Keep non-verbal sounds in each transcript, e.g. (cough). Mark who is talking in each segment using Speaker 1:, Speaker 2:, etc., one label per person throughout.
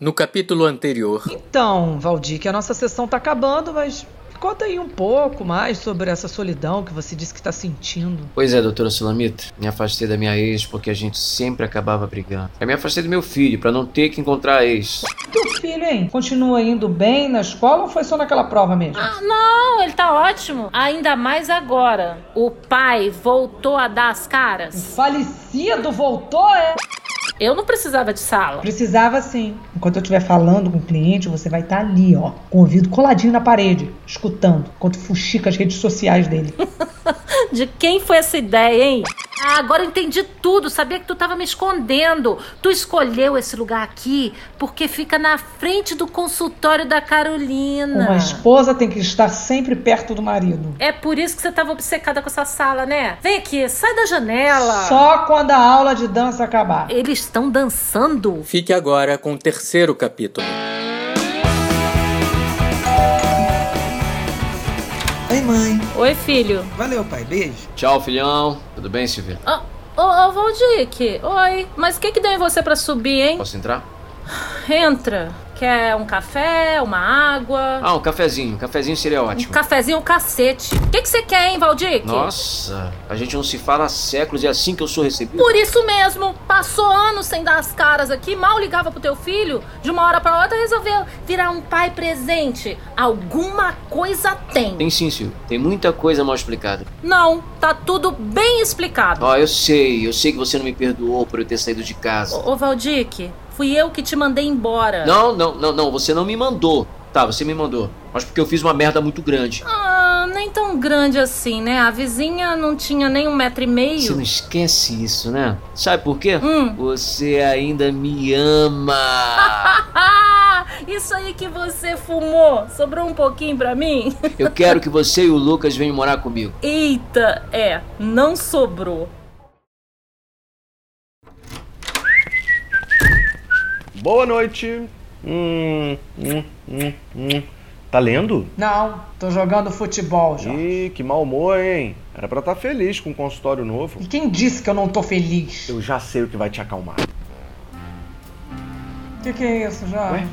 Speaker 1: No capítulo anterior.
Speaker 2: Então, Valdir, que a nossa sessão está acabando, mas Conta aí um pouco mais sobre essa solidão que você disse que está sentindo.
Speaker 3: Pois é, doutora Sulamita. Me afastei da minha ex porque a gente sempre acabava brigando. Eu me afastei do meu filho para não ter que encontrar a ex.
Speaker 2: Teu filho, hein? Continua indo bem na escola ou foi só naquela prova mesmo?
Speaker 4: Ah, não, ele tá ótimo. Ainda mais agora. O pai voltou a dar as caras.
Speaker 2: O falecido voltou, é?
Speaker 4: Eu não precisava de sala. (laughs)
Speaker 2: Precisava sim. Enquanto eu estiver falando com o cliente, você vai estar tá ali, ó, com o ouvido coladinho na parede, escutando, enquanto fuxica as redes sociais dele.
Speaker 4: de quem foi essa ideia, hein? Ah, agora entendi tudo. Sabia que tu tava me escondendo. Tu escolheu esse lugar aqui porque fica na frente do consultório da Carolina.
Speaker 2: Uma esposa tem que estar sempre perto do marido.
Speaker 4: É por isso que você tava obcecada com essa sala, né? Vem aqui, sai da janela.
Speaker 2: Só quando a aula de dança acabar.
Speaker 4: Eles estão dançando?
Speaker 1: Fique agora com o terceiro capítulo.
Speaker 5: Oi, mãe.
Speaker 4: Oi, filho.
Speaker 5: Valeu, pai. Beijo.
Speaker 3: Tchau, filhão. Tudo bem, Silvia?
Speaker 4: Ô, oh, oh, Valdique. Oi. Mas o que que deu em você pra subir, hein?
Speaker 3: Posso entrar?
Speaker 4: Entra. Quer um café, uma água?
Speaker 3: Ah, um cafezinho. Um cafezinho seria
Speaker 4: Um
Speaker 3: ótimo.
Speaker 4: cafezinho, um cacete. O que que você quer, hein, Valdique?
Speaker 3: Nossa, a gente não se fala há séculos e é assim que eu sou recebido.
Speaker 4: Por isso mesmo, passou anos sem dar as caras aqui, mal ligava pro teu filho, de uma hora pra outra resolveu virar um pai presente. Alguma coisa tem.
Speaker 3: Tem sim, Silvio. Tem muita coisa mal explicada.
Speaker 4: Não, tá tudo bem explicado.
Speaker 3: Ó, eu sei, eu sei que você não me perdoou por eu ter saído de casa.
Speaker 4: Ô, ô Valdique, fui eu que te mandei embora.
Speaker 3: Não, não, não, não, você não me mandou. Tá, você me mandou. Mas porque eu fiz uma merda muito grande.
Speaker 4: Ah, nem tão grande assim, né? A vizinha não tinha nem um metro e
Speaker 3: Você não
Speaker 4: meio.
Speaker 3: esquece isso, né? Sabe por quê?
Speaker 4: Hum. (laughs)
Speaker 3: Você ainda me ama.
Speaker 4: Ah, isso aí que você fumou, sobrou um pouquinho pra mim? (laughs)
Speaker 3: Eu quero que você e o Lucas venham morar comigo.
Speaker 4: Eita, é, não sobrou.
Speaker 6: Boa noite. Hum, hum, hum, hum. Tá lendo?
Speaker 2: Não, tô jogando futebol, Jorge.
Speaker 6: Ih, que mau humor, hein? Era pra estar feliz com um consultório novo.
Speaker 2: E quem disse que eu não tô feliz?
Speaker 6: Eu já sei o que vai te acalmar.
Speaker 2: O que, que é isso, Jorge?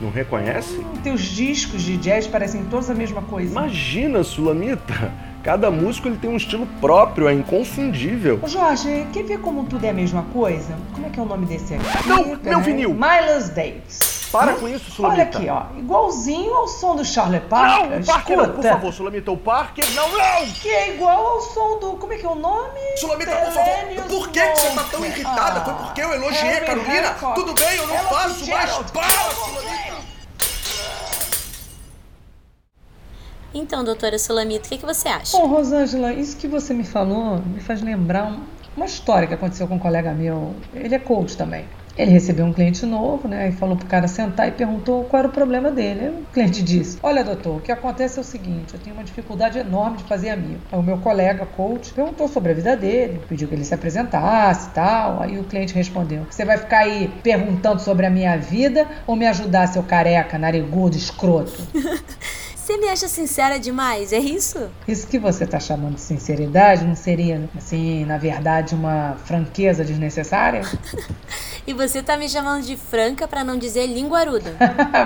Speaker 6: Não reconhece?
Speaker 2: Hum, Teus discos de jazz parecem todos a mesma coisa.
Speaker 6: Imagina, Sulamita. Cada músico ele tem um estilo próprio, é inconfundível.
Speaker 2: Ô Jorge, quer ver como tudo é a mesma coisa? Como é que é o nome desse aqui?
Speaker 6: Não, meu vinil.
Speaker 2: Miles Davis. Hum?
Speaker 6: Para com isso,
Speaker 2: Olha
Speaker 6: Sulamita.
Speaker 2: aqui, ó. Igualzinho ao som do Charlie Parker.
Speaker 6: Não, o Parker
Speaker 2: Escuta.
Speaker 6: não, É por favor, Sulamita. O Parker não, não!
Speaker 2: Que é igual ao som do... Como é que é o nome?
Speaker 7: Sulamita, por favor,
Speaker 2: Thelonious
Speaker 7: por que, que você tá tão
Speaker 2: Monk.
Speaker 7: irritada?
Speaker 2: Ah.
Speaker 7: Foi porque eu elogiei a
Speaker 2: Harry
Speaker 7: Carolina?
Speaker 2: Hancock.
Speaker 7: Tudo bem, eu não
Speaker 2: Ella
Speaker 7: faço mais
Speaker 2: Fitzgerald.
Speaker 7: para, Sulamita!
Speaker 8: Então, doutora Sulamita, o que, que você acha?
Speaker 2: Bom, Rosângela, isso que você me falou me faz lembrar um- uma história que aconteceu com um colega meu. Ele é coach também. Ele recebeu um cliente novo, né? E falou pro cara sentar e perguntou qual era o problema dele. Aí O cliente disse: Olha, doutor, o que acontece é o seguinte: eu tenho uma dificuldade enorme de fazer amigo. Aí o meu colega, coach, perguntou sobre a vida dele, pediu que ele se apresentasse e tal. Aí o cliente respondeu: Você vai ficar aí perguntando sobre a minha vida ou me ajudar, seu careca, narigudo, escroto?
Speaker 8: Você me acha sincera demais, é isso?
Speaker 2: Isso que você está chamando de sinceridade não seria, assim, na verdade, uma franqueza desnecessária? (laughs)
Speaker 8: E você tá me chamando de franca pra não dizer linguaruda.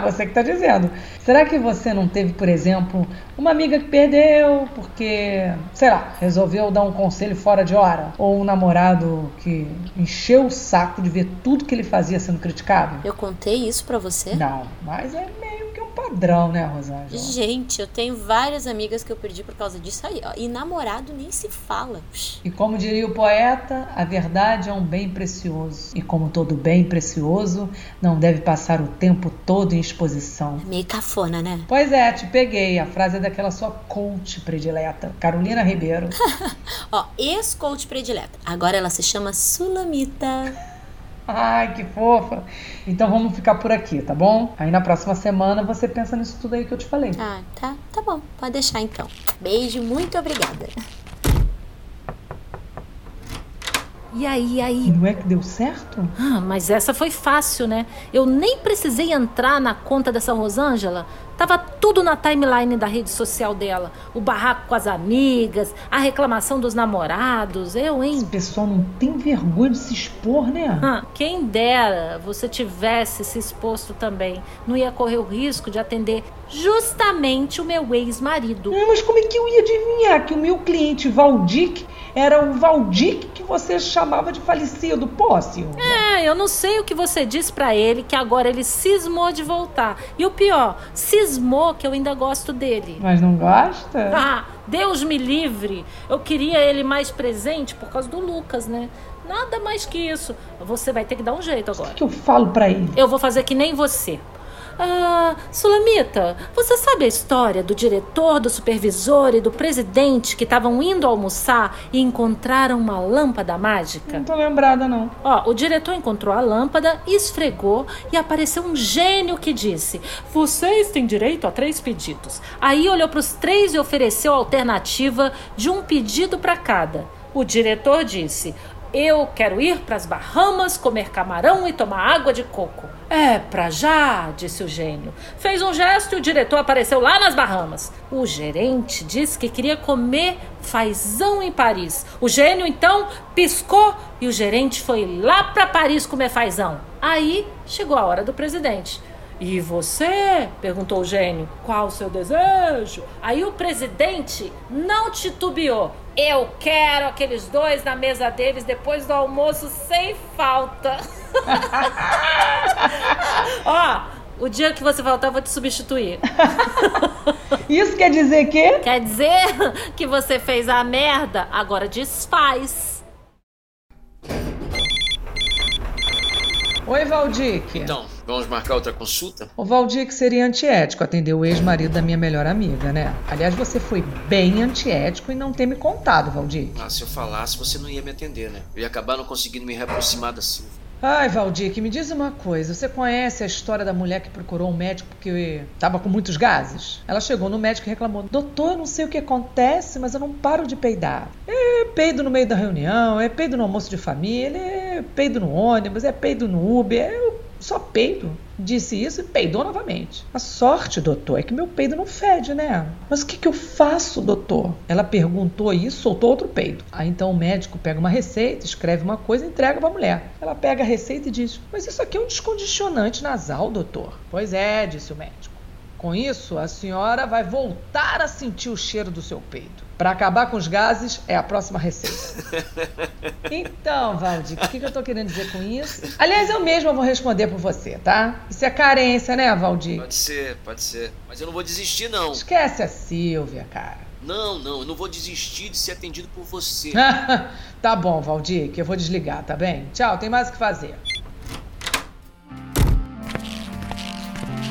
Speaker 2: você que está dizendo. Será que você não teve, por exemplo, uma amiga que perdeu porque, sei lá, resolveu dar um conselho fora de hora? Ou um namorado que encheu o saco de ver tudo que ele fazia sendo criticado?
Speaker 8: Eu contei isso pra você?
Speaker 2: Não, mas é meio que um padrão, né, Rosângela?
Speaker 8: Gente, eu tenho várias amigas que eu perdi por causa disso aí. ó. E namorado nem se fala. Psh.
Speaker 2: E como diria o poeta, a verdade é um bem precioso. E como todo bem precioso, não deve passar o tempo todo em exposição.
Speaker 8: Meio cafona, né?
Speaker 2: Pois é, te peguei. A frase é daquela sua coach predileta, Carolina Ribeiro. (laughs)
Speaker 8: Ó, ex-coach predileta. Agora ela se chama Sulamita.
Speaker 2: Ai, que fofa. Então vamos ficar por aqui, tá bom? Aí na próxima semana você pensa nisso tudo aí que eu te falei.
Speaker 8: Ah, tá. Tá bom. Pode deixar então. Beijo, muito obrigada.
Speaker 4: E aí, e aí?
Speaker 2: E não é que deu certo?
Speaker 4: Ah, mas essa foi fácil, né? Eu nem precisei entrar na conta dessa Rosângela Tava tudo na timeline da rede social dela. O barraco com as amigas, a reclamação dos namorados. Eu,
Speaker 2: Esse
Speaker 4: hein?
Speaker 2: pessoal não tem vergonha de se expor, né?
Speaker 4: Ah, Quem dera você tivesse se exposto também. Não ia correr o risco de atender justamente o meu ex-marido.
Speaker 2: Ah, Mas como é que eu ia adivinhar que o meu cliente Valdic era o Valdic que você chamava de falecido? Pô, Silvia.
Speaker 4: É, eu não sei o que você disse pra ele, que agora ele cismou de voltar. E o pior, cismou que eu ainda gosto dele.
Speaker 2: Mas não gosta?
Speaker 4: Ah, Deus me livre. Eu queria ele mais presente por causa do Lucas, né? Nada mais que isso. Você vai ter que dar um jeito
Speaker 2: O
Speaker 4: agora.
Speaker 2: que eu falo pra ele?
Speaker 4: Eu vou fazer que nem você. Ah, Sulamita, você sabe a história do diretor, do supervisor e do presidente que estavam indo almoçar e encontraram uma lâmpada mágica?
Speaker 2: Não tô lembrada, não.
Speaker 4: Ó, o diretor encontrou a lâmpada, esfregou e apareceu um gênio que disse: Vocês têm direito a três pedidos. Aí olhou para os três e ofereceu a alternativa de um pedido para cada. O diretor disse: Eu quero ir para as Bahamas comer camarão e tomar água de coco. É, pra já, disse o gênio. Fez um gesto e o diretor apareceu lá nas Bahamas. O gerente disse que queria comer fazão em Paris. O gênio então piscou e o gerente foi lá pra Paris comer fazão. Aí chegou a hora do presidente. E você? perguntou o gênio. Qual o seu desejo? Aí o presidente não titubeou. Eu quero aqueles dois na mesa deles depois do almoço sem falta. Ó, o dia que você faltar, eu vou te (laughs) substituir.
Speaker 2: Isso quer dizer que?
Speaker 4: Quer dizer (laughs) que você fez a merda, agora desfaz.
Speaker 2: Oi, Valdic.
Speaker 3: Então, vamos marcar outra consulta?
Speaker 2: O Valdir que seria antiético atender o ex-marido da minha melhor amiga, né? Aliás, você foi bem antiético e não ter me contado, Valdir.
Speaker 3: Ah, se eu falasse, você não ia me atender, né? Eu ia acabar não conseguindo me reaproximar da Silvia.
Speaker 2: Ai, Valdir, que me diz uma coisa. Você conhece a história da mulher que procurou um médico porque tava com muitos gases? Ela chegou no médico e reclamou: Doutor, eu não sei o que acontece, mas eu não paro de peidar. É peido no meio da reunião, é peido no almoço de família, é peido no ônibus, é peido no Uber, é eu só peido. Disse isso e peidou novamente. A sorte, doutor, é que meu peido não fede, né? Mas o que, que eu faço, doutor? Ela perguntou isso, soltou outro peido. Aí então o médico pega uma receita, escreve uma coisa e entrega pra mulher. Ela pega a receita e diz: Mas isso aqui é um descondicionante nasal, doutor. Pois é, disse o médico. Com isso, a senhora vai voltar a sentir o cheiro do seu peito. Pra acabar com os gases, é a próxima receita. então, Valdir, o que, que eu tô querendo dizer com isso? Aliás, eu mesma vou responder por você, tá? Isso é carência, né, Valdir?
Speaker 3: Pode ser, pode ser. Mas eu não vou desistir, não.
Speaker 2: Esquece a Silvia, cara. (laughs)
Speaker 3: Não, não, eu não vou desistir de ser atendido por você.
Speaker 2: tá bom, Valdir, que eu vou desligar, tá bem? Tchau, tem mais o que fazer.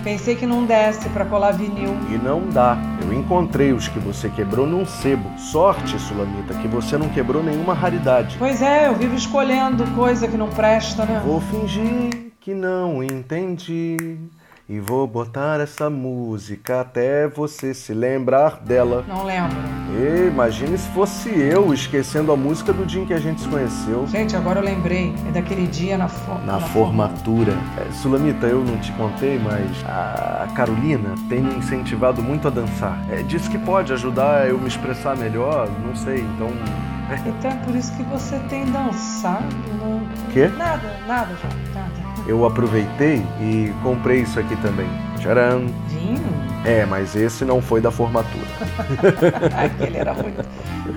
Speaker 2: Pensei que não desse pra colar vinil.
Speaker 6: E não dá. Eu encontrei os que você quebrou num sebo. Sorte, Sulamita, que você não quebrou nenhuma raridade.
Speaker 2: Pois é, eu vivo escolhendo coisa que não presta, né?
Speaker 6: Vou fingir que não entendi. E vou botar essa música até você se lembrar dela.
Speaker 2: Não lembro.
Speaker 6: E imagine se fosse eu esquecendo a música do dia em que a gente se conheceu.
Speaker 2: Gente, agora eu lembrei. É daquele dia na, fo
Speaker 6: Na formatura. É, Sulamita, eu não te contei, mas a Carolina tem me incentivado muito a dançar. É, disse que pode ajudar eu me expressar melhor, não sei, então.
Speaker 2: Então é por isso que você tem dançado, né?
Speaker 6: Quê?
Speaker 2: Nada, nada, João. Nada.
Speaker 6: Eu aproveitei e comprei isso aqui também. Tcharam!
Speaker 2: Vinho?
Speaker 6: É, mas esse não foi da formatura.
Speaker 2: Aquele era muito.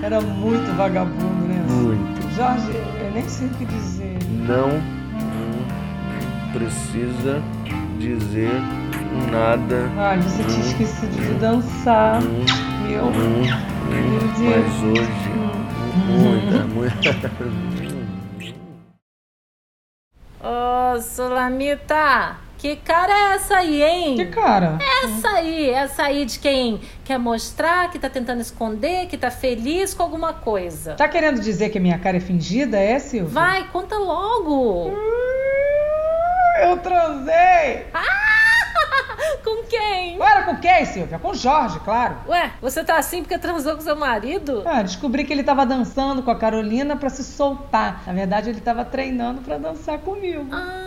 Speaker 2: Era muito vagabundo, né?
Speaker 6: Muito.
Speaker 2: Jorge, eu nem sei o que dizer.
Speaker 6: Não precisa dizer nada.
Speaker 2: Ai, você tinha esquecido de dançar. Meu, meu Deus.
Speaker 6: hoje. é
Speaker 4: Ô, Sulamita, que cara é essa aí, hein?
Speaker 2: Que cara?
Speaker 4: Essa aí, essa aí de quem quer mostrar, que tá tentando esconder, que tá feliz com alguma coisa.
Speaker 2: Tá querendo dizer que a minha cara é fingida, é, Silvia?
Speaker 4: Vai, conta logo.
Speaker 2: Eu transei!
Speaker 4: Com quem?
Speaker 2: Agora com quem, Silvia? Com o Jorge, claro.
Speaker 4: Ué, você tá assim porque transou com seu marido?
Speaker 2: Ah, descobri que ele tava dançando com a Carolina pra se soltar. Na verdade, ele tava treinando pra dançar comigo.
Speaker 4: Ah,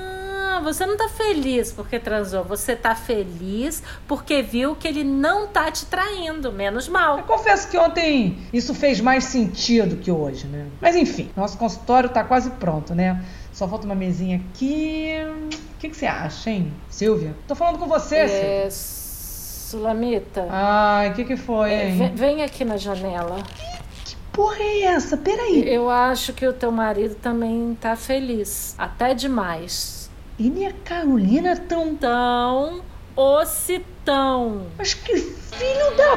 Speaker 4: Não, você não tá feliz porque transou. Você tá feliz porque viu que ele não tá te traindo. Menos
Speaker 2: Eu
Speaker 4: mal.
Speaker 2: confesso que ontem isso fez mais sentido que hoje, né? Mas enfim, nosso consultório tá quase pronto, né? Só falta uma mesinha aqui. O que, que você acha, hein, Silvia? Tô falando com você,
Speaker 4: É.
Speaker 2: Silvia.
Speaker 4: Sulamita,
Speaker 2: Ai, o que, que foi,
Speaker 4: É,
Speaker 2: É, hein?
Speaker 4: vem aqui na janela.
Speaker 2: Porra, é essa? Peraí.
Speaker 4: Eu acho que o teu marido também tá feliz. Até demais.
Speaker 2: Ele e a Carolina tão.
Speaker 4: Então, ocitão.
Speaker 2: Mas que filho da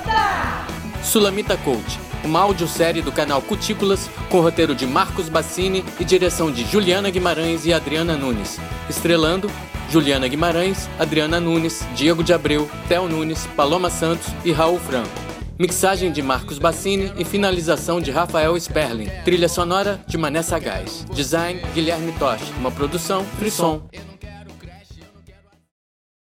Speaker 2: puta!
Speaker 1: Sulamita Coach, uma audiosérie do canal Cutículas, com roteiro de Marcos Bassini e direção de Juliana Guimarães e Adriana Nunes. Estrelando Juliana Guimarães, Adriana Nunes, Diego de Abreu, Theo Nunes, Paloma Santos e Raul Franco. Mixagem de Marcos Bassini e finalização de Rafael Sperling. Trilha sonora de Mané Sagaz. Design Guilherme Tosh. Uma produção Frisson.